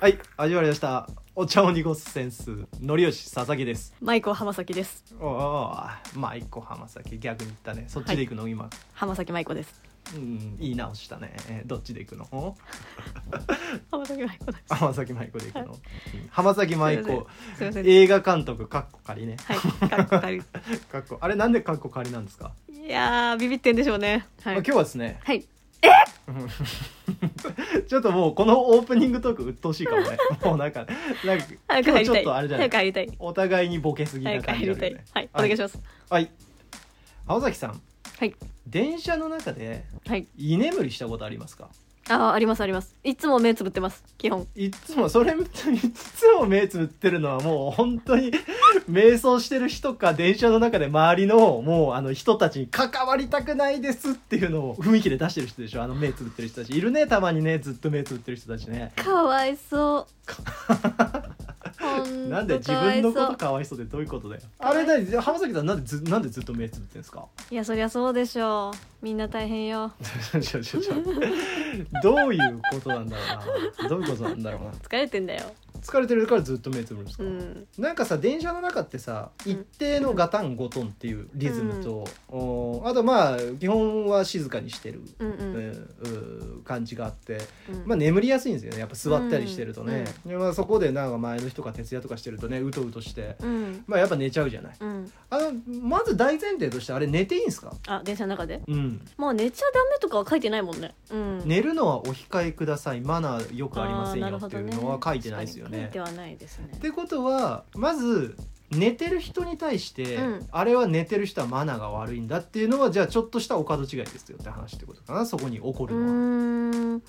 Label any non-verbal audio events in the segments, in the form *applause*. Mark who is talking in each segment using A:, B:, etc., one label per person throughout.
A: はい始まりましたお茶を濁すセンスのりよし佐々木です
B: マイコ浜崎です。
A: おおまあ一個浜崎逆に言ったねそっちで行くの、今
B: 浜崎舞子です。
A: うんいい直したねえどっちで行くの
B: 浜崎舞子です。
A: 浜崎舞子で行くの、うん浜崎舞子
B: すいません。
A: 映画監督かっこ仮ね
B: はい。かっこかり。
A: *laughs* かっこあれなんでかっこ仮なんですか、
B: いやー、ビビってんでしょうね。
A: ま
B: は
A: あ、
B: い。
A: 今日はですね
B: はい。
A: ちょっともうこのオープニングトーク鬱陶しいか
B: *laughs*
A: もねもうなんかなんか今
B: 早く入
A: 日
B: り
A: ちょ
B: た
A: っ
B: い。
A: とあれじゃな
B: 早く
A: い
B: 入りたい。
A: お互いにボケすぎな
B: 早く
A: 感
B: 入
A: じあ
B: り
A: る
B: た
A: よ
B: い
A: ね。
B: はい。お願いします。
A: はい浜崎さん
B: はい。
A: 電車の中で
B: はい。
A: 居眠りしたことありますか
B: あー、ありますあります。いつも目つぶってます。基本。
A: いっつもそれいっつも目つぶってるのはもう本当に瞑想してる人か電車の中で周りのもうあの人たちに関わりたくないですっていうのを雰囲気で出してる人でしょあの目つぶってる人たちいるねたまにねずっと目つぶってる人たちね
B: かわい *laughs* そう。ほんと
A: なんで自
B: かわい
A: 分
B: そ
A: の
B: う
A: ことかわいそうってどういうことだよあれだ浜崎さんなんでずなんでずっと目つぶってん *laughs* ですか
B: いや、そりゃそうでしょう。みんな大変よ。
A: ちょちょちょちょどういうことなんだろうなどういうことなんだろうな
B: 疲れてんだよ。
A: 疲れてるからずっと目つぶるんですか、
B: うん。
A: なんかさ電車の中ってさ
B: うん
A: 一定のガタンゴトンっていうリズムと、おーあとまあ基本は静かにしてる、
B: うんうん
A: うんうん感じがあって、
B: うん。
A: まあ、眠りやすいんですよねやっぱ座ったりしてるとね、でまあ、そこでなんか前の日とか徹夜とかしてるとねうとうとして、
B: うん。
A: まあ、やっぱ寝ちゃうじゃない
B: うん。
A: あのまず大前提としてあれ寝ていいんですか、
B: あ、電車の中で
A: うん、
B: まあ、寝ちゃダメとかは書いてないもんね。うん。
A: 寝るのはお控えくださいマナーよくありません
B: ーな
A: よ
B: るほ
A: って
B: ど
A: い
B: ね
A: うのは書いてないですよね。
B: 確かに書いてはないですね
A: っ。てことはまず寝てる人に対して、
B: うん
A: あれは寝てる人はマナーが悪いんだっていうのはじゃあちょっとしたお門違いですよって話ってことかなそこに起こ
B: う
A: るのは、
B: ーん。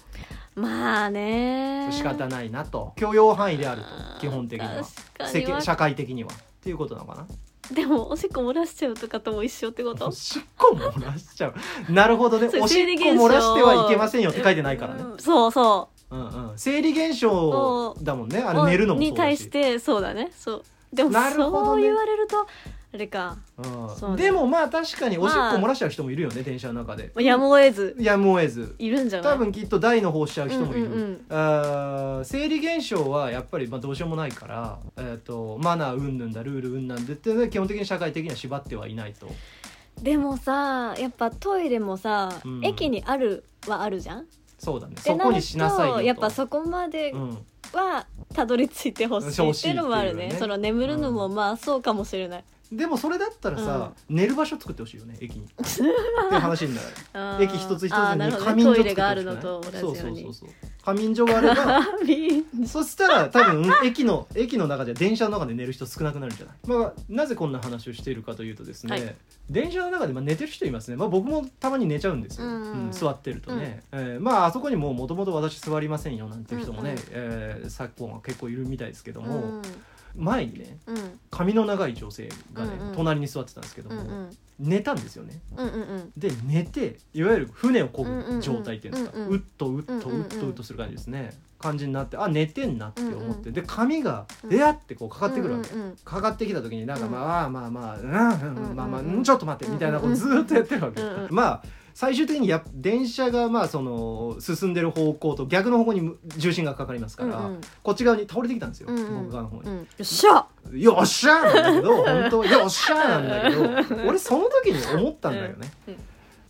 B: まあね。
A: 仕方
B: い。
A: ないなと許容範囲であると基本的には世
B: 確か
A: 間
B: に
A: 社会的にはっていうことなのか
B: でもおしっこ漏らしちゃうとかとも一緒ってこ
A: なお
B: と。
A: しっこ漏らしちゃうなるほどね
B: それ
A: おしっ
B: 生理
A: こ
B: 現象
A: 漏らしてはいけませんよって書いてないからね、
B: うんそうそ
A: うんうん、生理現象だもんね
B: う。
A: あれ寝るのもそうだし
B: に対してそうだね。そう。でも
A: なるほど
B: そ
A: ね
B: う言われるとあれか。そう
A: うん、
B: ね
A: でもまあ確かにおしっこ
B: まあ
A: 漏らしちゃう人もいるよね電車の中で
B: やむを得ず
A: やむを得ず
B: いるんじゃない。
A: 多分きっと大の方しちゃう人もいる、
B: うんうんうん
A: あー生理現象はやっぱりまあどうしようもないから、えー、とマナーうんぬんだルールうんなんでっていうのは基本的に社会的には縛ってはいないと
B: でもさ、やっぱトイレもさ、
A: うん
B: 駅にあるはあるじゃん。
A: そうだね
B: って
A: そ
B: なると
A: こにしなさいよと
B: やっぱそこまで
A: うん、
B: はたどり着いてほしいっていうのもあるね
A: 欲しいっていうね
B: その眠るのもまあそうかもしれない、
A: でもそれだったらさ、寝る場所作ってほしいよね
B: *laughs*
A: 駅にっていう話になる
B: あー
A: 駅一つ一つ
B: あーな
A: に
B: るほど
A: 仮
B: ね
A: 眠所
B: ト
A: 作ってほしくな
B: イレが
A: い
B: あるのと同じよ
A: そうう
B: に
A: そうそうそう仮眠所が
B: *laughs*
A: あれば
B: 仮
A: そしたら多分駅の駅の中で電車の中で寝る人少なくなるんじゃない、まあ、なぜこんな話をしているかというとですね、
B: はい
A: 電車の中でまあ寝てる人いますね、まあ、僕もたまに寝ちゃうんですよ、
B: うん
A: うん座ってるとね、えーまああそこにももともと私座りませんよなんていう人もね、
B: うんうん
A: えー昨今は結構いるみたいですけど
B: う
A: も、
B: ん
A: 前にね
B: うん
A: 髪の長い女性がね、
B: うんうん
A: 隣に座ってたんですけど
B: うん
A: も、
B: うん
A: 寝たんですよね
B: うんうん
A: で寝ていわゆる船をこぐ状態っていうんですか、う
B: うんうんうん
A: っとうっと
B: うんうんう
A: うんっとうっとする感じですね感じになってあ寝てんなって思って、
B: うんうん
A: で髪が
B: うん
A: でやってこうかかってくるわけ、
B: うんうん
A: かかってきた時になんか
B: うん
A: まあまあまあまあ、うんうん
B: うん
A: まあまあ
B: うん
A: うんちょっと待ってみたいなことずーっとやってるわけ、
B: うんうん
A: まあ最終的にや電車がまあその進んでる方向と逆の方向に重心がかかりますから、
B: うん
A: こっち側に倒れてきたんですよ、
B: うんうん
A: 僕側の方に
B: う。んよっしゃ
A: よっしゃーなんだ
B: *laughs*
A: けど本当はよっしゃーなんだけど俺その時に思ったんだよね、
B: うんうん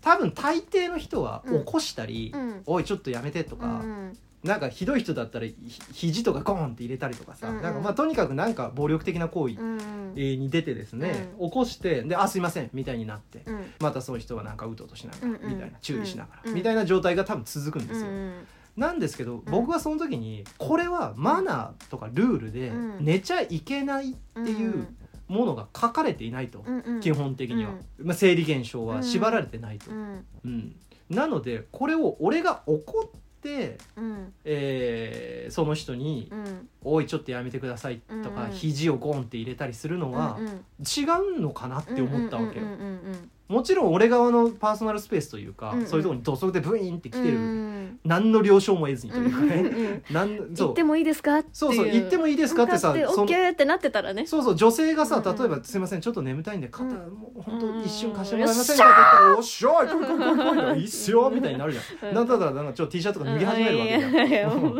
A: 多分大抵の人は起こしたり、
B: うん
A: おいちょっとやめてと
B: う
A: か、
B: ん
A: なんかひどい人だったらひ肘とかゴーンって入れたりとかさ、
B: うんうん
A: なんかまあとにかくなんか暴力的な行為
B: うんうん
A: えーに出てですね、起こしてで「あすいません」みたいになって、
B: うん
A: またその人はなんかうとうとしながら、
B: うんうん
A: みたいな注意しながら、
B: うん
A: みたいな状態が多分続くんで
B: う
A: すよ。
B: ん
A: なんですけど僕はその時にこれはマナーとかルールで
B: うん
A: 寝ちゃいけないっていう、ものが書かれていないと、
B: うんうん
A: 基本的には、まあ、生理現象は縛られてないと、
B: う
A: うん
B: ん
A: なのでこれを俺が怒って、
B: うん
A: えーその人に
B: うん
A: 「おいちょっとやめてください」とか、
B: うんうん
A: 肘をゴンって入れたりするのは
B: うんうん
A: 違うのかなって思ったわけよ。
B: うんうんうん
A: もちろん俺側のパーソナルスペースというか、
B: うんうん
A: そういうところに土足でブイーンって来て
B: う
A: る、
B: ん
A: 何の了承も得ずにというか
B: うん
A: ね、
B: うんうん
A: なんそ
B: 行
A: う
B: ってもいいですかっていう
A: そうそう行ってもいいですかってさ
B: 向か
A: そ
B: オ
A: の
B: ッケーってなってたらね
A: そうそう女性がさ
B: うんうん
A: 例えば「すいませんちょっと眠たいんで肩、
B: う
A: もう本当一瞬貸してもらえませんか?」って言ったら「おっしゃー行こいこいこいこいこいいいっすよ」みたいになるじゃん。
B: うん
A: なんだったらなんかちょっと T シャツとか脱ぎ始めるわけじゃん。
B: いやいや
A: うん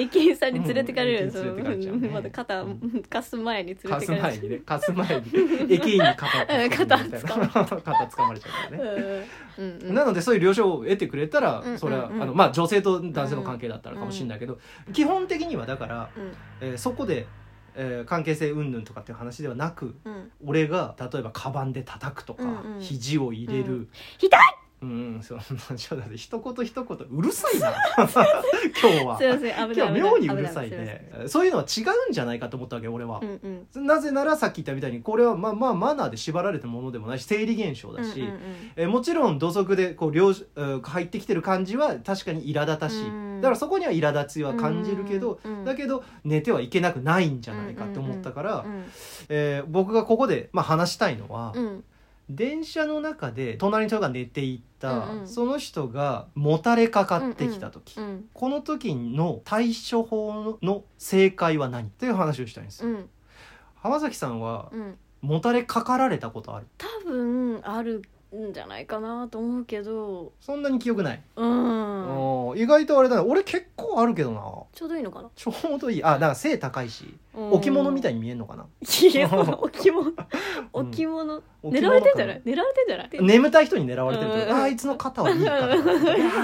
A: *laughs*
B: 駅員さんに連れてかれるんです
A: うん駅員連れてかれちゃうね
B: まだ肩
A: うん
B: 貸す前に連れてか
A: 貸
B: れ
A: す
B: る
A: 前にね貸す前に駅員に肩を
B: うん肩
A: 肩つかまれ肩つかまれちゃうからね。
B: うんうんうん
A: なのでそういう了承を得てくれたら、
B: うんうんうん
A: それはあの、まあ、女性と男性の関係だったらかもしれないけど、基本的にはだから、
B: うん
A: えーそこで、えー関係性云々とかっていう話ではなく
B: うん
A: 俺が例えばカバンで叩くとか、
B: うんうん
A: 肘を入れる、
B: う
A: 痛いうん、そうちょっと待って一言一言うるさい
B: *laughs*
A: な今日は
B: すいません
A: 今日
B: 危ない危ない
A: 妙にうるさい
B: 危なす
A: ねそういうのは違うんじゃないかと思ったわけ俺は
B: ませんう、んうん
A: なぜならさっき言ったみたいにこれはまあまあマナーで縛られたものでもないし生理現象だし、
B: うんうん
A: えーもちろん土足でこう両手うん入ってきてる感じは確かに苛立たしい
B: うん
A: だからそこには苛立ちは感じるけど、
B: うんうん
A: だけど寝てはいけなくないんじゃないかって思ったから、
B: うん
A: えー僕がここで、まあ、話したいのは、
B: うん
A: 電車の中で隣の人が寝ていった、
B: うんうん
A: その人がもたれかかってきた時、
B: うん
A: この時の対処法の正解は何っていう話をしたいんですよ。
B: うん
A: 浜崎さんは
B: うん
A: もたれかかられたことある
B: 多分あるんじゃないかなと思うけど
A: そんなに記憶ない、
B: うん
A: おー意外とあれだね俺結構あるけどな
B: ちょうどいいのかな
A: ちょうどいいあだから背高いし
B: うん
A: 置物みたいに見えんのかない
B: や置
A: *laughs*
B: 物置物
A: 置
B: 狙
A: 物
B: われてんじゃな
A: か
B: い狙われてんじゃない
A: 眠たい人に狙われてるってこ
B: う
A: と
B: ん
A: ああいつの肩はいいから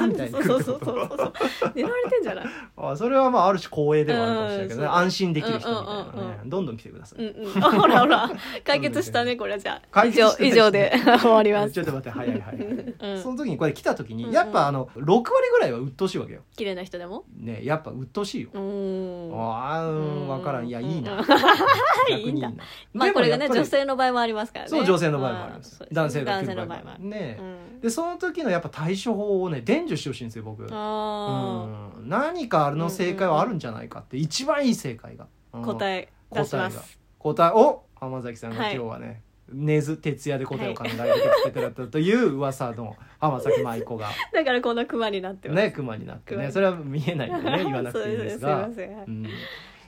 A: みたいに来る
B: そう
A: って
B: そ
A: こ
B: うそうそう
A: と
B: そう
A: *laughs*
B: 狙われてんじゃない
A: あそれはまあある種光栄ではあるかもしれないけどね
B: うん
A: 安心できる人みたいな
B: うんうん
A: ねどんどん来てくださ
B: う
A: い
B: んうんあほらほら解決したねこれじゃあ
A: 解
B: 以
A: 決
B: 上
A: した
B: 以
A: *laughs*
B: 上で終わりま
A: ち
B: す
A: ょっと待って早い早い早い
B: うん
A: その時にこれ来た時
B: うんう
A: に
B: ん
A: やっぱあの6割ぐらいは鬱陶しいわけよ
B: 綺麗な人でも
A: ねやっぱ鬱陶しいよ
B: うーん
A: あーうん分からんいやいいな
B: うん
A: 逆
B: *laughs*
A: にいいな
B: まあこれがね
A: でもやっぱ
B: 女
A: り
B: 性の場合もありますからね
A: そう女性の場合もあります
B: あー
A: 男性が来
B: 男性
A: る場
B: の
A: 合
B: 場合
A: も
B: も
A: あ
B: あ
A: る
B: る
A: ね
B: うん
A: でその時のやっぱ対処法をね伝授してほしいんですよ僕
B: あ
A: うん何かあれの正解はあるんじゃないかって一番いい正解が、え
B: ー答え出します
A: 答えを浜崎さんが
B: は
A: 今
B: い
A: 日はね、寝ず徹夜で答えを考えてきてくれたという噂の浜崎舞子
B: *laughs*
A: が
B: だからこんなクマになってます
A: ね熊になってねそれは見えないん
B: *laughs*
A: でね言わなくていいですが
B: そうですねすいませんはい
A: うん、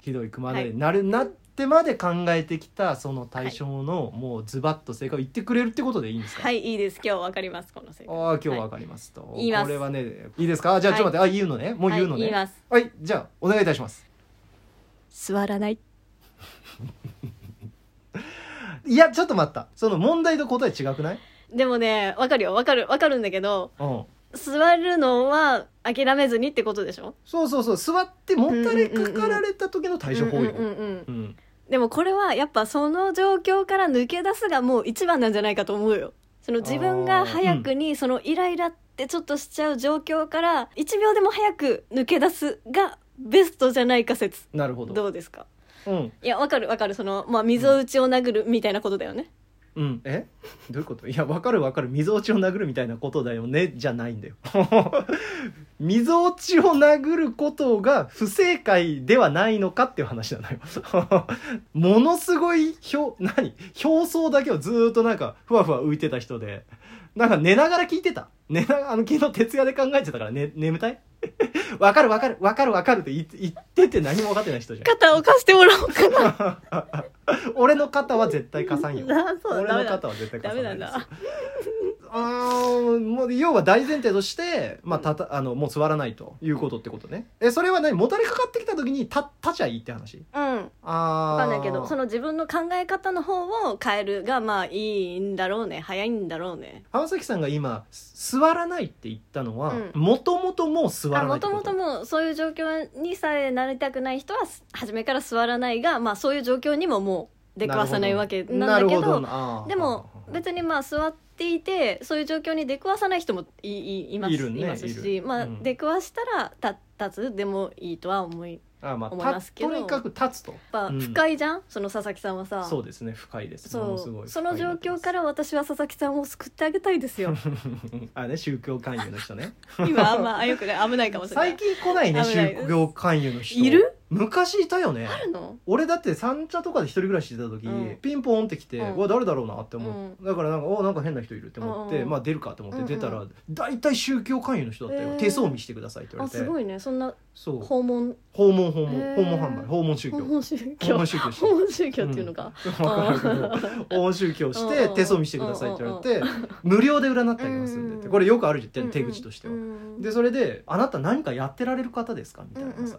A: ひどい熊手になる、なってまで考えてきたその対象の、もうズバッと正解を言ってくれるってことでいいんですか、
B: はいいいです今日わかりますこの正解
A: ああ今日わかりますと、
B: 言います
A: これはねいいですかじゃあちょっと待って、あ言うのねもう言うの
B: はい言い
A: ね
B: ます
A: はい、じゃあお願いいたします
B: 座らない
A: いやちょっと待ったその問題と答え違くない
B: でもねわかるよわかるわかるんだけど
A: うん
B: 座るのは諦めずにってことでしょ
A: そうそうそう座ってもたれかかられた時の対処法よ
B: うんうんうん
A: う
B: うん
A: ん
B: でもこれはやっぱその状況から抜け出すがもう一番なんじゃないかと思うよその自分が早くにそのイライラってちょっとしちゃう状況から1秒でも早く抜け出すがベストじゃないか説
A: なるほど
B: どうですか
A: うん
B: いやわかるわかるそのまあ溝打ちを殴るみたいなことだよね、
A: うんえどういうこといやわかるわかる溝落ちを殴るみたいなことだよねじゃないんだよ *laughs* 溝落ちを殴ることが不正解ではないのかっていう話なのよ *laughs* ものすごい表何表層だけをずーっとなんかふわふわ浮いてた人でなんか寝ながら聞いてた寝なあの昨日徹夜で考えてたから、ね、眠たい *laughs* わかるわかるわかるわかるって言って言ってて何も分かってない人じゃん *laughs*
B: 肩を貸してもらおうかな
A: 俺の肩は絶対貸さんよ
B: *laughs* そう
A: 俺
B: ダ
A: の
B: メだ
A: 肩は絶対
B: ダ
A: 貸
B: メ
A: さ
B: な
A: なんいです
B: だ
A: あーもう要は大前提として、まあ、たたあのもう座らないということってことねえそれは何もたれかかってきた時にた立ちゃいいって話
B: うん
A: あ
B: わ
A: ー
B: かんないけどその自分の考え方の方を変えるがまあいいんだろうね早いんだろうね
A: 浜崎さんが今す座らないって言ったのは
B: うん
A: もともともう座らない
B: も
A: って
B: と
A: こ
B: もと
A: と
B: もうそういう状況にさえなりたくない人はす初めから座らないが、まあ、そういう状況にももう出くわさないわけなんだけ
A: な
B: ど
A: るほあー
B: でも別にまあ座っていてそういう状況に出くわさない人もいいいます
A: いるね
B: います
A: い
B: し、
A: る
B: まあ
A: うん
B: 出くわしたらた立つでもいいとは思いやっ
A: あー、まあ、
B: 思います
A: た
B: けど
A: とにかく立つと
B: ぱ
A: うん
B: 不快じゃん、その佐々木さんはさ
A: そうですね深いです
B: そう
A: ものすごい
B: その状況から私は佐々木さんを救ってあげたいですよ
A: ら *laughs* あね宗教勧誘の人ね
B: 今まあよくね危ないかもしれな
A: 最
B: い
A: 近来ないね
B: 危ないです
A: 宗教勧誘の人
B: いる
A: 昔いたよね
B: あるの
A: 俺だって三茶とかで一人暮らししてた時、
B: うん
A: ピンポンって来て、
B: うん
A: うわ誰だろうなって思う、だからなんかおなんか変な人いるって思って、
B: うんうん
A: まあ出るかと思って出た
B: うん
A: ら大体、宗教関与の人だったよ、
B: へー
A: 手相見してくださいって言わ
B: あ
A: れて
B: すごいねそんな
A: そう
B: 訪問
A: 訪問訪問、
B: へー
A: 訪問販売訪問宗教
B: 訪問宗
A: 訪
B: 教
A: 問宗教して
B: 訪問宗教っていうのか、
A: わからんけど訪問宗教し
B: うん
A: て
B: うん
A: 手相見してくださいって言われて無料で占ってありますんでってこれよくあるじゃん手口としては。でそれで「あなた何かやってられる方ですか?」みたいなさ、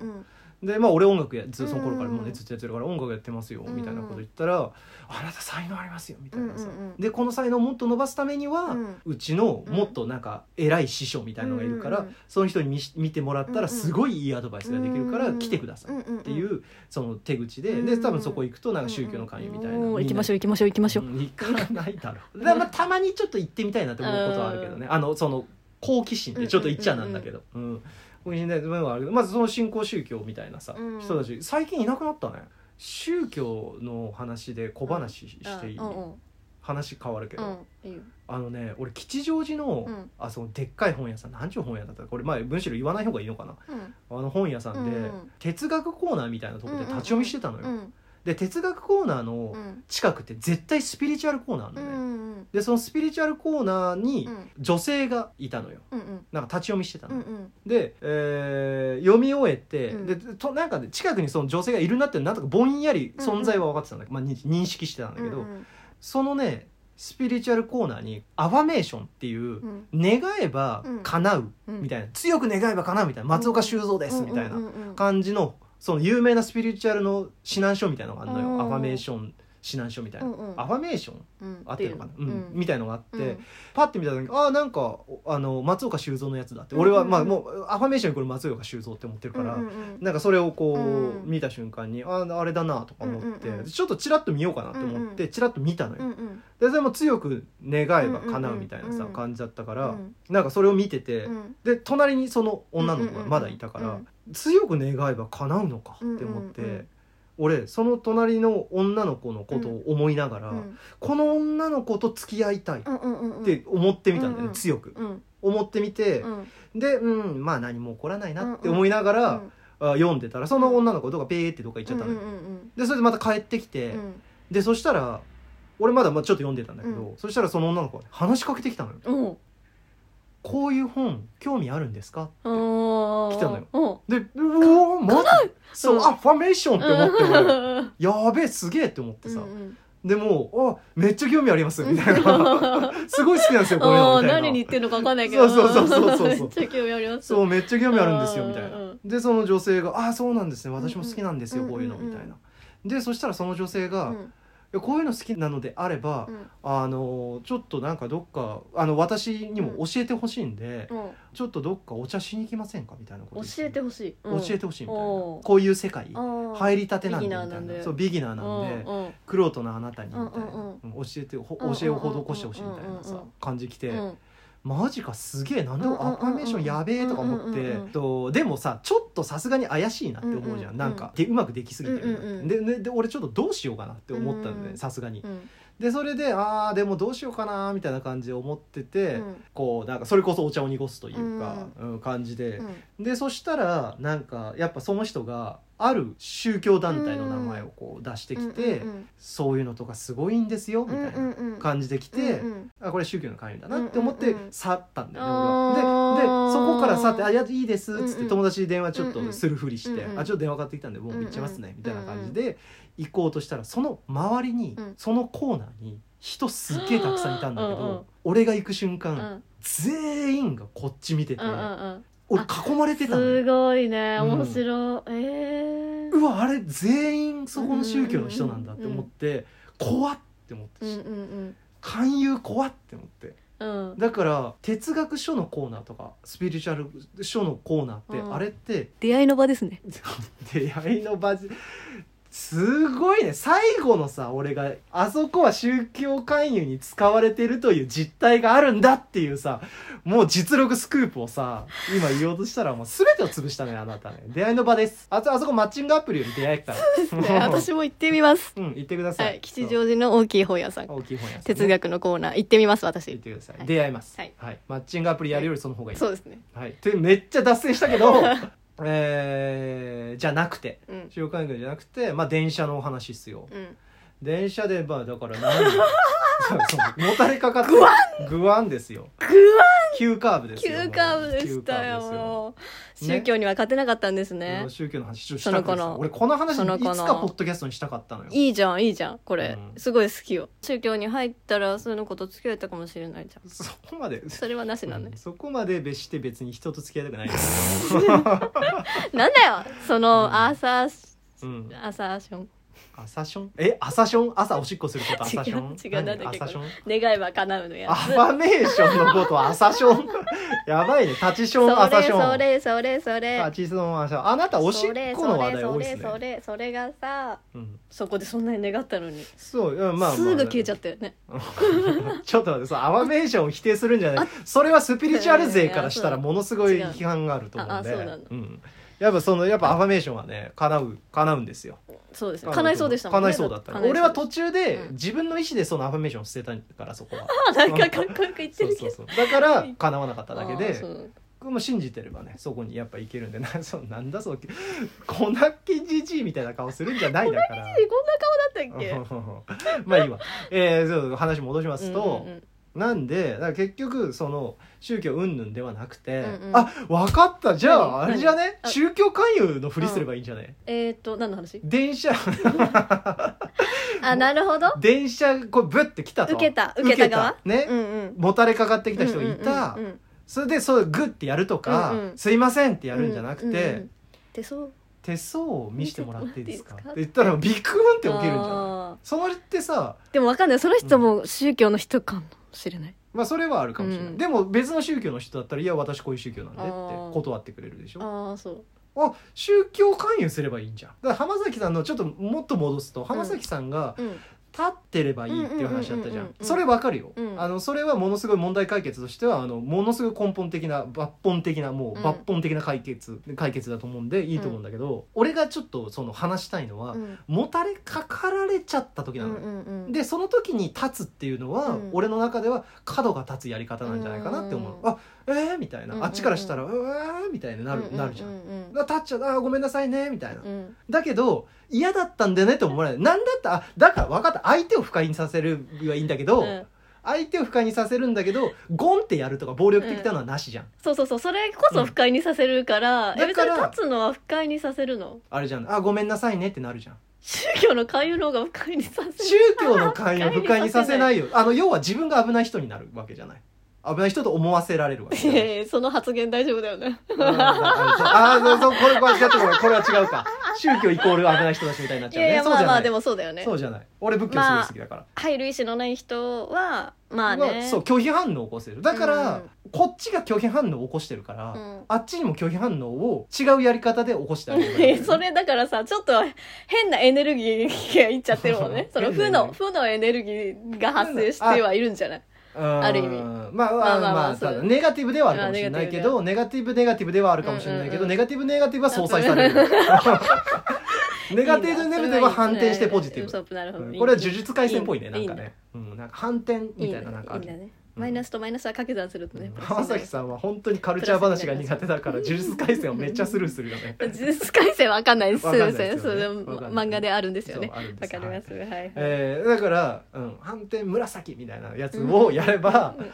A: でまあ俺音楽やずその頃からもう
B: うんう
A: ね
B: ん
A: ずっとやってるから音楽やってますよ
B: うんうん
A: みたいなこと言ったら「あなた才能ありますよ」みたいなさ
B: うんうんうん
A: でこの才能をもっと伸ばすためには
B: うん
A: うちのもっとなんか偉い師匠みたいのがいるか
B: うん
A: ら
B: うんうん
A: その人に見し見てもらった
B: うんう
A: ら
B: ん
A: すごいいいアドバイスができるから来てくださいっ
B: って
A: いうその手口で
B: うん
A: で多分そこ行くとなんか宗教の関与みたいな
B: 行きまし
A: ょう
B: ょう行きましょう行きましょう、
A: ん行かないだろう *laughs* だからまあたまにちょっと行ってみたいなって思うことはあるけどねあのその好奇心でちょっと言っちゃなんだけどうん好奇心で部分はあるけどまずその新興宗教みたいなさ
B: うん
A: 人たち最近いなくなったね宗教の話で小話ししていい
B: うんうん
A: 話変わるけ
B: う
A: ど
B: んいいよ
A: あのね俺吉祥寺の
B: うん
A: あそのでっかい本屋さん何ちゅう本屋だったかこれまあむしろ言わない方がいいのかな
B: うん
A: あの本屋さんで
B: うんうん
A: 哲学コーナーみたいなとこで立ち読みしてたのよ
B: うん
A: で哲学コーナーの
B: うん
A: 近くって絶対スピリチュアルコーナーあん
B: う
A: の
B: ん
A: ね、
B: うん
A: でそのスピリチュアルコーナーに
B: うん
A: 女性がいたのよ
B: うん
A: なんか立ち読みしてた
B: う
A: の、
B: んうん
A: で、えー読み終えて、
B: うん
A: でとなんかね近くにその女性がいるなってなんとかぼんやり存在は分かってたんだけど、まあ、認認識してたんだけど、
B: うん
A: そのねスピリチュアルコーナーに「アファメーション」っていう、
B: うん
A: 願えば叶う
B: うん
A: みたいな、強く願えば叶うみたいな松岡修造ですみたいな
B: うんうんうんうん
A: 感じのその有名なスピリチュアルの指南書みたいなのがあるのよ
B: うん
A: アファメーション指南書みたいな、
B: うんうん
A: アファメーション
B: うん
A: 合ってるのかな、
B: て
A: う
B: い
A: ん
B: う
A: みたいのがあって、
B: うん
A: パッて見た時にああんかおあの松岡修造のやつだって俺は、
B: うんうん
A: まあ、もうアファメーションイコール松岡修造って思ってるから、
B: うんうんうん
A: なんかそれをこう、
B: うん
A: 見た瞬間にあああれだなとか思って、
B: うんうんうん
A: ちょっとチラッと見ようかなって思っ
B: うん
A: てチラッと見たのよ、
B: うんうん
A: でそれも強く願えば叶うみたいな
B: うんうん
A: さ、
B: うん
A: 感じだったから、
B: うん
A: なんかそれを見てて、
B: うん
A: で隣にその女の子がまだいたから、
B: うんうんうん
A: 強く願えば叶うのかって思って、
B: うんうんうん
A: 俺その隣の女の子のことを思いながら、
B: うん
A: この女の子と付き合いたいっ
B: うんうんうんうん
A: て思ってみたんだよね、
B: うんうん
A: 強く
B: うん
A: 思ってみて
B: う、ん
A: でうんまあ何も起こらないなって思いながら、あ読んでたらその女の子とかペーってどっか行っちゃったのよ、
B: うんうん
A: でそれでまた帰ってきて、
B: うんうん
A: でそしたら俺まだまあちょっと読んでたんだけど、
B: う
A: そしたらその女の子が話しかけてきたのよ
B: うん
A: 「こういう本興味あるんですか?」
B: 来
A: 来たのよ
B: よ
A: でうおーマジそう、
B: うん
A: アファメーションって思って俺
B: 思っ
A: やべえすげえって思って
B: うん
A: さ、
B: うん
A: でもうあめっちゃ興味あり *laughs* ますみたいな
B: *laughs*
A: すごい好きなんですよこういうの
B: あ
A: みたい
B: ー
A: な
B: 何に言ってるのか分かんないけど
A: そうそうそうそうそう
B: めっちゃ *laughs* 興味あります
A: そうめっちゃ興味あるんですよ
B: うん
A: みたいな
B: うん
A: でその女性が「ああそうなんですね私も好きなんですよ、
B: うんうん
A: こういうの」
B: うんうん
A: みたいなでそしたらその女性が「
B: う
A: い
B: ん
A: やこういうの好きなのであれば、
B: うん
A: あのちょっとなんかどっかあの私にも教えてほしいんで、
B: うん
A: ちょっとどっかお茶しに行きませんか」みたいなこと
B: 教
A: 言って
B: えてほしい
A: 教えてほしいみたいな
B: お
A: こ
B: ー
A: ういう世界入
B: 入
A: りたてなんで
B: ビ
A: み
B: ギ
A: たいな
B: ナーなんで
A: そうビギナーなんで。クロートのあなたにみたいな、
B: うんうん
A: うん教えてほ
B: うんうんうん
A: 教えを施してほしいみたいな
B: うんう
A: さ
B: んうん
A: 感じきて、マジかすげえなんで
B: うんうんうんうん
A: アファメーションやべえとか思って、
B: うんうんうんうん
A: とでもさちょっとさすがに怪しいなって思うじゃん、
B: うんうん
A: なんかでうまくできすぎてるなって、
B: うんうんうん
A: ででで俺ちょっとどうしようかなって思ったん
B: うん
A: で
B: うん
A: さすがに。でそれでああでもどうしようかなみたいな感じで思ってて、こうなんかそれこそお茶を濁すというか、うん感じで、でそしたらなんかやっぱその人がある宗教団体の名前をこう出してきて。そういうのとかすごいんですよみたいな感じで来て、あこれ宗教の関与だなって思って
B: うんうんうん
A: 去ったんだよね、俺
B: あー
A: はででそこから去って「あいやいいです」っつっ
B: うんう
A: て
B: ん
A: 友達に電話ちょっとするふりして「
B: うんうん
A: あちょっと電話かかってきたんでもう行っちゃいますね」みたいな感じで行こうとしたらその周りに、
B: うん
A: そのコーナーに人すっげえたくさんいたんだけど、
B: うんうん
A: 俺が行く瞬間、全員がこっち見てて、俺囲まれてたのよ
B: すごいね面白いえ
A: うわあれ全員そこの宗教の人なんだって思って、怖っって思って、勧誘怖って思ってだから哲学書のコーナーとかスピリチュアル書のコーナーって、
B: うん
A: あれって
B: 出会いの場ですね
A: 出会いの場じすごいね最後のさ俺があそこは宗教勧誘に使われてるという実態があるんだっていうさもう実力スクープをさ今言おうとしたらもう全てを潰したねあなたね出会いの場ですあそあそこマッチングアプリより出会えっから
B: 私も行ってみます
A: うん行ってください、
B: はい吉祥寺の大きい本屋さん
A: 大きい本屋さんね
B: 哲学のコーナー行ってみます
A: 行って
B: 私
A: ください、
B: はい
A: 出会います
B: はい
A: マッチングアプリやるよりその方がいい
B: そうですね *laughs*
A: はい、でめっちゃ脱線したけどえーじゃなくて
B: うん
A: 中間軍じゃなくて、まあ、電車のお話っすよ
B: うん
A: 電車でまあだから何
B: *laughs*
A: そうそうもたれかかって
B: グワ
A: グワンですよ
B: グワ
A: 急カーブですよ
B: 急カーブでしたよ
A: 急カーブです
B: もう
A: ね
B: 宗教には勝てなかったんですね
A: うん宗教の話ちょっとしたくて
B: その
A: さ
B: 子の
A: 俺この話いつ
B: その
A: か
B: 子の
A: ポッドキャストにしたかったのよ
B: いいじゃんいいじゃんこれ、
A: うん
B: すごい好きよ宗教に入ったらその子と付き合えたかもしれないじゃん
A: そこまで
B: それはなしなね
A: うんそこまで別して別に人と付き合いたくない
B: *laughs*
A: です
B: なんだよその、
A: うん
B: アーサー
A: うん
B: アーサーション
A: アサションえアサション朝おしっこすることアサション
B: 違う違うなんだっけ
A: 何アサション
B: 願いは叶うのや
A: アファメーションのことアサション *laughs* やばいねタチショ
B: そ
A: ンアサ
B: れ
A: ション
B: それそれそれ
A: タチションアサションあなたおしっこの話題多いです
B: それそれそ
A: ね
B: れそれがさ
A: うん
B: そこでそんなに願ったのに、
A: そういやまあまあ
B: すぐ消えちゃったよね
A: *laughs* ちょっと待って、そう、アワメーションを否定するんじゃない。それはスピリチュアル勢からしたら、
B: いやいや
A: ものすごい批判があると思うん
B: 違
A: で。
B: うああそうなの
A: ん。やっぱそのやっぱアファメーションはね叶う叶うんですよ
B: そうですね叶いそうでしたもんね
A: 叶いそうだったから
B: 叶い
A: 俺
B: そう
A: は途中で
B: うん
A: 自分の意思でそのアファメーションを捨てたからそこは
B: なんかかっこよく *laughs* 言って
A: そう
B: る
A: そ
B: け
A: う
B: ど
A: そうだから叶わなかっただけ
B: あー
A: で
B: そう
A: もう信じてればねそこにやっぱいけるんでな *laughs* そうなんだそう粉っきじじいみたいな顔するんじゃないだから
B: えこんな顔だったっけ
A: まあいいわえー、そう話戻しますと、
B: うんうんうん
A: なんでだから結局その宗教云々ではなくて、
B: うんうん
A: あ分かったじゃああ
B: 何
A: れじゃね
B: あ
A: 宗教勧誘のふりすればいいんじゃね、
B: えーっと何の話
A: 電
B: *laughs*
A: 車
B: あなるほど
A: 電車こうブッて来たと
B: 受けた受けた側
A: ね、
B: うんうん
A: もたれかかってきた人がいた、
B: うんうんうんうん
A: それでそうグッてやるとか、
B: うんうん
A: すいませんってやるんじゃなくて、
B: うんうんうん手相っ
A: 手相を見せてもらっていいですか
B: 見
A: って
B: せてもらってい
A: 言
B: い
A: っ
B: で
A: たらビクンって起きるんじゃない
B: ゃ
A: それってさ
B: でもわかんないその人も宗教の人かもしれない
A: まあそれはあるかもしれない、
B: うん
A: でも別の宗教の人だったら「いや私こういう宗教なんで」って断ってくれるでしょ
B: ああそう
A: あ宗教勧誘すればいいんじゃんだから浜崎さんのちょっともっと戻すと浜崎さんが
B: うん
A: 立ってればいいっていう話だったじゃ
B: うんうんうんうんうん
A: ん
B: うん
A: それわかるよ、
B: うん
A: あのそれはものすごい問題解決としてはあのものすごい根本的な抜本的なもう
B: うん
A: 抜本的な解決、解決だと思うんでいいと思うんだけど、俺がちょっとその話したいのは、
B: うん
A: もたれかかられちゃった時なのよ、
B: うんうんうん
A: でその時に立つっていうのは、
B: うん
A: 俺の中では角が立つやり方なんじゃないかなって思う、
B: うん
A: あえー、みたいな、
B: うんうんうん
A: あっちからしたらうわーみたいになる,、なるじゃん
B: ううん
A: だから立っちゃうあーごめんなさいねみたいな、
B: うんうん
A: だけど嫌だったんだよねって思わないなんだったあだから分かった相手を不快にさせるはいいんだけど、
B: うん
A: 相手を不快にさせるんだけどゴンってやるとか暴力的なのはなしじゃん、
B: そうそうそうそれこそ不快にさせるから、
A: うん
B: え別に
A: だから
B: 立つのは不快にさせるの
A: あれじゃんあごめんなさいねってなるじゃん
B: 宗教の勧誘の方が不快に
A: *laughs*
B: させる
A: 宗教の勧誘を不快にさせないよ *laughs* あの要は自分が危ない人になるわけじゃない危ない人と思わせられるわけじゃない
B: えーその発言大丈夫だよね
A: うんあーそうこれこれ違うこれこれは違うか宗教イコール危ない人だしみたいになっ
B: い
A: ちゃう
B: やい
A: ね
B: や
A: そう
B: ま
A: じ
B: あ
A: ゃ
B: ま
A: な
B: あ
A: い、
B: でもそうだよね
A: そうじゃない俺仏教すごい好きだから、
B: 入る意思のない人はまあね
A: がそう拒否反応を起こせるだから、
B: うん
A: こっちが拒否反応を起こしてるから、
B: うん
A: あっちにも拒否反応を違うやり方で起こしてあげる
B: え *laughs* それだからさちょっと変なエネルギーがいっちゃってるもんねその負
A: 変なエネルギ
B: の
A: ー
B: 負のエネルギーが発生してはいるんじゃない
A: あ
B: る意味
A: まあま
B: ま
A: あ
B: あまあ
A: ま
B: ま
A: あ
B: あ
A: ただ
B: そう
A: ネガティブではあるかもしれないけど、ネガティブネガティブではあるかもしれないけど、
B: うんうんうん
A: ネガティブネガティブは相殺されるネガティブネガティブは反転してポジティブ
B: ブなるほど
A: う
B: い
A: ん
B: い
A: これは呪術廻戦っぽいね
B: いい
A: なんかねうん、なんか反転
B: いい
A: み
B: ん
A: た
B: だ
A: いな
B: ね
A: なんかあ
B: いい
A: る
B: んだね
A: うん
B: マイナスとマイナスは掛け算するとね
A: 浜崎さんは本当にカルチャー話が苦手だから呪術廻戦をめっちゃスルーするよね
B: 呪術廻戦わかんないです
A: わ
B: す
A: か
B: い
A: んない
B: ま
A: ですよ
B: せ
A: ね
B: んそれ
A: わかんない
B: 漫画であるんですよね
A: そうあるんで
B: わ
A: す
B: かりますはいはい
A: えーだから、うん、反転紫みたいなやつをやれば、
B: うん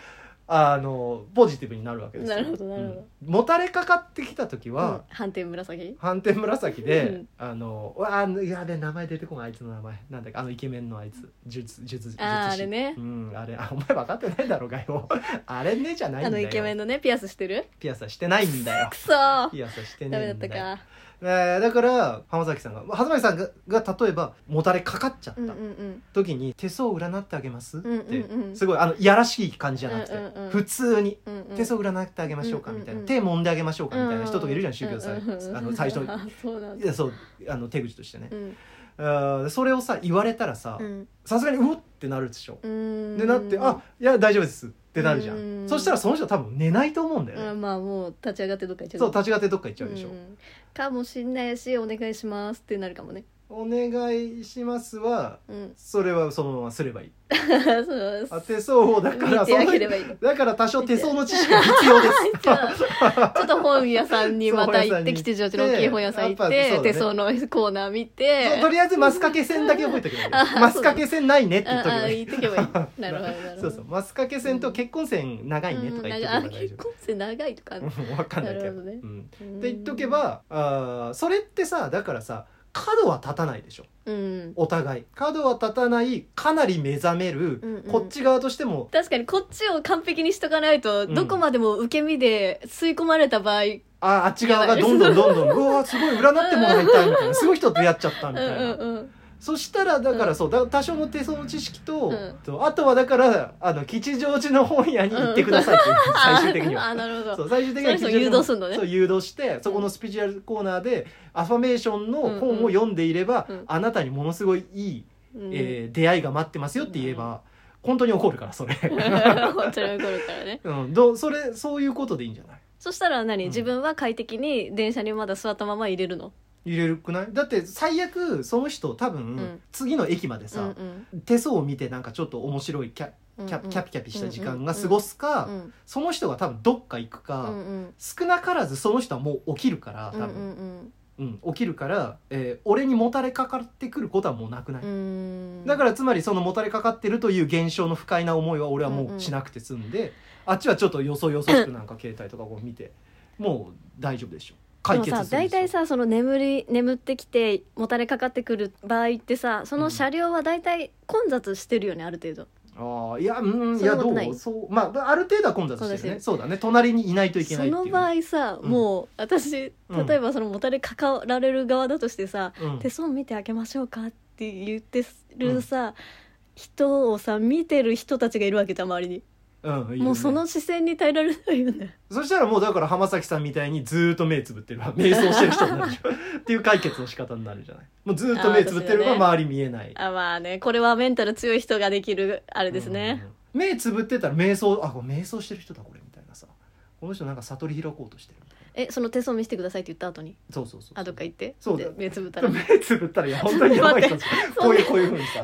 A: あのポジティブになるわけですよ
B: なるほどなるほど
A: うんもたれかかってきた時
B: うん
A: は、
B: 反転紫
A: 反転紫で、
B: うん
A: あのうわーやべ名前出てこないあいつの名前なんだっけあのイケメンのあいつ術術術師
B: あーあれね
A: うんあれあお前分かってないだろうがよ *laughs* あれねじゃない
B: あ
A: んだ
B: の
A: よ
B: イケメンのねピアスしてる
A: ピアスはしてないんだよ
B: くそー
A: ピアスはして
B: ダ
A: な
B: メ
A: い
B: だ
A: ん
B: っ
A: だ
B: た
A: よ
B: か
A: えーだから浜崎さんが浜崎さんがが例えばもたれかかっちゃった、
B: うんうんうん
A: 時に手相占ってあげますって、
B: うんうんうん
A: すごいあのいやらしい感じじゃなくて、
B: うんうんうん
A: 普通に
B: うんうん
A: 手相占ってあげましょうかみたいな、
B: うんうんうん
A: 手揉んであげましょうかみたいな人とかいるじゃん、宗教さ、
B: うんうんうん
A: あの最初
B: あ *laughs* そうなん
A: い
B: だ
A: やそうあの手口としてね
B: う、ん
A: あーそれをさ言われたらさ
B: うん
A: さすがにうおってなるでしょ、
B: うん
A: でなって「あいや大丈夫です」ってなるじゃん、
B: うん
A: そしたらその人多分寝ないと思うんだよね、
B: うんまあもう立ち上がってどっか行っちゃう
A: そう立ち上がってどっか行っちゃうでしょ、
B: んかもしんないしお願いしますってなるかもね
A: 「お願いします」は
B: うん、 *laughs*
A: それはそのまますればいい
B: そう
A: あ手相だから
B: 見
A: そ
B: てあ
A: の
B: げればいいの
A: だから多少手相の知識が必
B: *laughs*
A: 要です
B: じゃあちょっと本屋さんにまた行って吉祥寺の大きい本屋さん行っ
A: やっぱ
B: て
A: そうだね
B: 手相のコーナー見
A: そう
B: て
A: とりあえずマスカケ線だけ覚えておけばいい
B: *laughs* あそう
A: マスカケ線ないねって言っ
B: あ
A: とけば
B: あ
A: いい
B: 言ってけばいいなるほどなるほど
A: *laughs* そうそうマスカケ線と結婚線長いねとか言っとけば
B: うんなんかあ
A: 大丈
B: 結婚生長いと
A: *laughs*
B: かある
A: 夫わかんないけ
B: な
A: ど
B: るほどね
A: うん
B: うん
A: って言っとけばあーそれってさだからさ角は立たないでしょ
B: うん
A: お互い角は立たないかなり目覚める、
B: うんうん
A: こっち側としても
B: 確かにこっちを完璧にしとかないと
A: うん
B: どこまでも受け身で吸い込まれた場
A: あ
B: 合
A: ーあっち側がどんどんどんどん
B: *laughs*
A: うわーすごい占ってもらいたいみたいなすごい人とやっちゃった
B: う
A: みた
B: んう
A: いな、
B: んうん
A: そしたらだからそうだ多少の手相の知識と、
B: うん
A: とあとはだからあの吉祥寺の本屋に行ってくださいっていう、最終的に
B: *laughs* あ
A: は。
B: なるほ
A: そ
B: ど
A: う最終的には
B: その
A: 吉
B: 人
A: 祥寺の
B: を誘導すんのね
A: そう誘導してそこのスピリチュアルコーナーでアファメーションの本を読んでいれば、
B: うんうん
A: あなたにものすごいいい、
B: うん
A: えー出会いが待ってますよって言えば、本当に怒るからそ
B: *laughs*
A: れ、
B: 本当に怒るからね
A: うん、どうそれそういうことでいいんじゃない
B: そしたら何
A: うん
B: 自分は快適に電車にまだ座ったまま入れるの
A: 入れるくないだって最悪その人多分、
B: ん
A: 次の駅までさ、
B: うん
A: 手相を見てなんかちょっと面白いキャ
B: うん
A: キャキャピキャピした時間が過
B: す
A: ごすか、
B: うん
A: その人が多分どっか行く
B: う
A: か、
B: んうん
A: 少なからずその人はもう起きるから
B: うんう
A: 多
B: ん
A: 分、うん起きるから、えー俺にもたれかかってくることはもうなくない、
B: うんうん
A: だからつまりそのもたれかかってるという現象の不快な思いは俺はもうしなくて済んで、あっちはちょっとよそよそしくなんか携帯とかこう見てもう大丈夫でしょ解決す
B: で
A: る
B: も
A: ん
B: さ
A: ですよ
B: 大体さその眠り眠ってきてもたれかかってくる場合ってさその車両は大体混雑してるよねある程度
A: ああいやうんい
B: そんな
A: や
B: こ
A: ど
B: とないう
A: そうまあある程度は混雑してるね
B: 混雑
A: そうだね隣にいないといけ
B: そ
A: ないっていう
B: の
A: ね、
B: 場合さ
A: うん
B: もう私例
A: うん
B: えばそのもたれかかられる側だとしてさ
A: うん
B: 手相見てあげましょうかって言ってるさ人をさ見てる人たちがいるわけじゃん周りに
A: うんいいよね
B: もうその視線に耐えられないよね
A: そしたらもうだから浜崎さんみたいにずーっと目つぶってるわ瞑想してる人になるでしょっていう解決の仕方になるじゃないもうずーっと目つぶってれば
B: あー確か
A: 周り見えない
B: あまあねこれはメンタル強い人ができるあれですね、
A: うん目つぶってたら瞑想あこれ瞑想してる人だこれみたいなさこの人なんか悟り開こうとしてるみたいな
B: えその手相見せてくださいって言った後に
A: そうそうそう
B: あどっか行って
A: そう
B: で
A: だ
B: 目つぶったら
A: 目つぶったらいや本当にやばい人こういうこういうふうにさ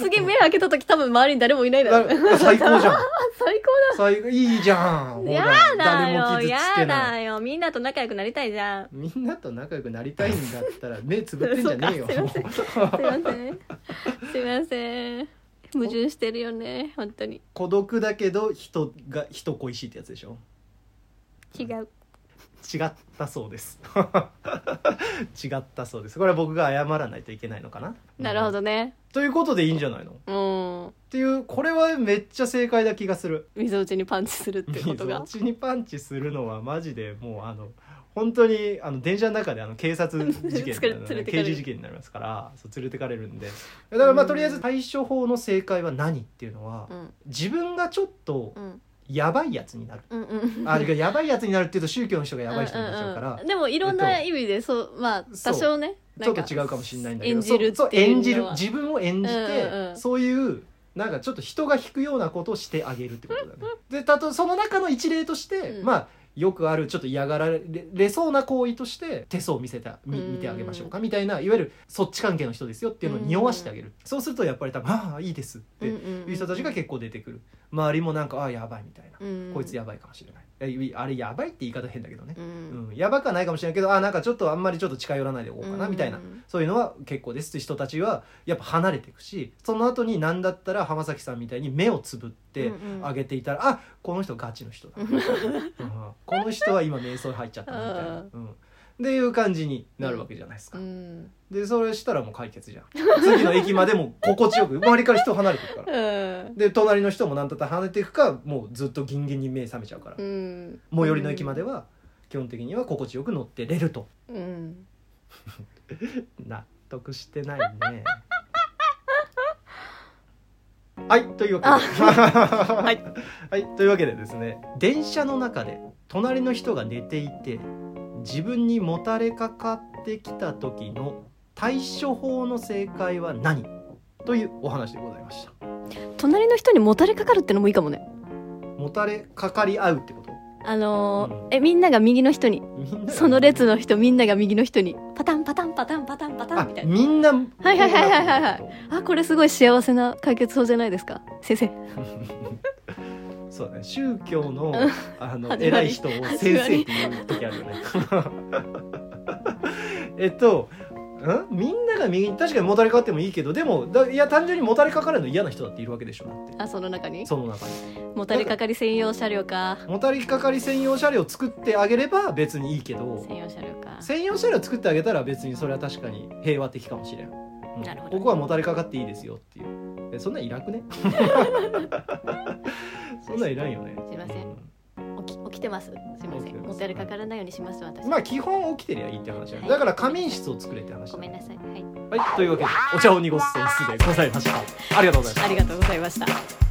B: 次目開けた時多分周りに誰もいないだ
A: な
B: ろう
A: 最高じゃん
B: 最
A: 最高いいじゃんほ
B: 高だ
A: ら
B: やだ
A: 誰も
B: よ
A: 傷
B: や
A: つけない
B: だよみんなと仲良くなりたいじゃん
A: みんなと仲良くなりたいんだったら目つぶってんじゃねえよ
B: *laughs* そうかすいすいませんすいません矛盾してるよね本当に
A: 孤独だけど人が人恋しいってやつでしょ
B: 違う
A: 違ったそうです *laughs* 違ったそうですこれは僕が謝らないといけないのかな
B: なるほ
A: うん
B: どね
A: ということでいいんじゃないのっ
B: うん
A: ていうこれはめっちゃ正解な気がする
B: 溝打ちにパンチする *laughs* って
A: そ
B: ことが
A: っちにパンチするのはマジでもうあの本当にあの電車の中であの警察事件
B: *laughs* 連れ連れてかれ
A: 刑
B: る
A: 事事件になりますからそう連れてかれるんでだからまあ
B: うん
A: とりあえず対処法の正解は何っていうのは
B: うん
A: 自分がちょっと
B: うん
A: やばいやつになる
B: うんうん
A: あれがやばいやつになるっていうと宗教の人がやばい人になっちゃうから、
B: んんんでもいろんな意味でそうまあ
A: そう
B: 多少ね
A: ち
B: な
A: ょ
B: ん
A: っ
B: か
A: と違うかもしれないんだけど
B: 演じる
A: そうそう
B: っていうのは
A: 演じる自分を演じて、
B: うんうん
A: そういうなんかちょっと人が引くようなことをしてあげるってことだ
B: *laughs*
A: ね。でたとその中の一例として、
B: うん
A: まあよくあるちょっと嫌がられれそうな行為として手相を見せたみ
B: うん
A: 見てあげましょうかみたいないわゆるそっち関係の人ですよっていうのを匂わしてあげる、そうするとやっぱり多分「ああいいです」っていう人たちが結構出てくる周りもなんか「ああやばい」みたいな、こいつ
B: や
A: やばいかもしれないえあれやばい」って言い方変だけどね、
B: う
A: うんん、やばくはないかもしれないけどあなんかちょっとあんまりちょっと近寄らないでおこうかなみたいな、
B: うん
A: そういうのは結構ですって人たちはやっぱ離れていくしその後に何だったら浜崎さんみたいに目をつぶって
B: うんうん
A: あげていたら、あこの人ガチの人だ、うんこの人は今瞑想入っちゃった
B: *laughs*
A: なみたいな。うんっていう感じになるわけじゃないですか、
B: うん
A: でそれしたらもう解決じゃん次の駅までも心地よく周りから人離れていくから
B: うん
A: で隣の人も何だったら離れていくかもうずっとギンギンに目覚めちゃうから
B: うん
A: 最寄りの駅までは基本的には心地よく乗ってれると
B: うん
A: 納得してないね *laughs* はいというわけで
B: あ
A: は、
B: はい
A: *laughs* というわけでですね電車の中で隣の人が寝ていて自分にもたれかかってきた時の対処法の正解は何というお話でございました
B: 隣の人にもたれかかるってのもいいかもね
A: もたれかかり合うってこと
B: あのーえみんなが右の人に
A: みんな
B: その列の人みんなが右の人にパタンパタンパタンパタンパタ
A: あ
B: ンみたいな。
A: みんな
B: はいはいはいはいはいはいあこれすごい幸せな解決法じゃないですか先生
A: そうだね宗教の
B: うん
A: あの
B: *laughs* 始ま
A: 偉
B: り
A: い人を先
B: 始
A: 生
B: ま
A: っ
B: り
A: て言う時あるよ
B: *laughs*
A: ねえっとんみんなが右に確かにもたれかかってもいいけどでもだいや単純にもたれかかるの嫌な人だっているわけでしょだっ
B: あその中に
A: てその中に
B: もたれかかり専用車両か
A: もたれかかり専用車両を作ってあげれば別にいいけど
B: 専用車両か
A: 専用車両作ってあげたら別にそれは確かに平和的かもしれん、うん
B: なるほど
A: ここはもたれかかっていいですよっていうえそんなんいらんくねそんなんいらんよね
B: すいません
A: うん
B: 起き起きてますすいませ
A: 起き
B: ん
A: てます
B: もたれかからないようにします私、
A: まあ基本起きてりゃいいって話だよ
B: はい
A: だから仮眠室を作れって話
B: ご
A: だ
B: めん
A: ね
B: なさいはい
A: はいというわけでお茶を濁すセンスでございましたありがとうございました
B: ありがとうございました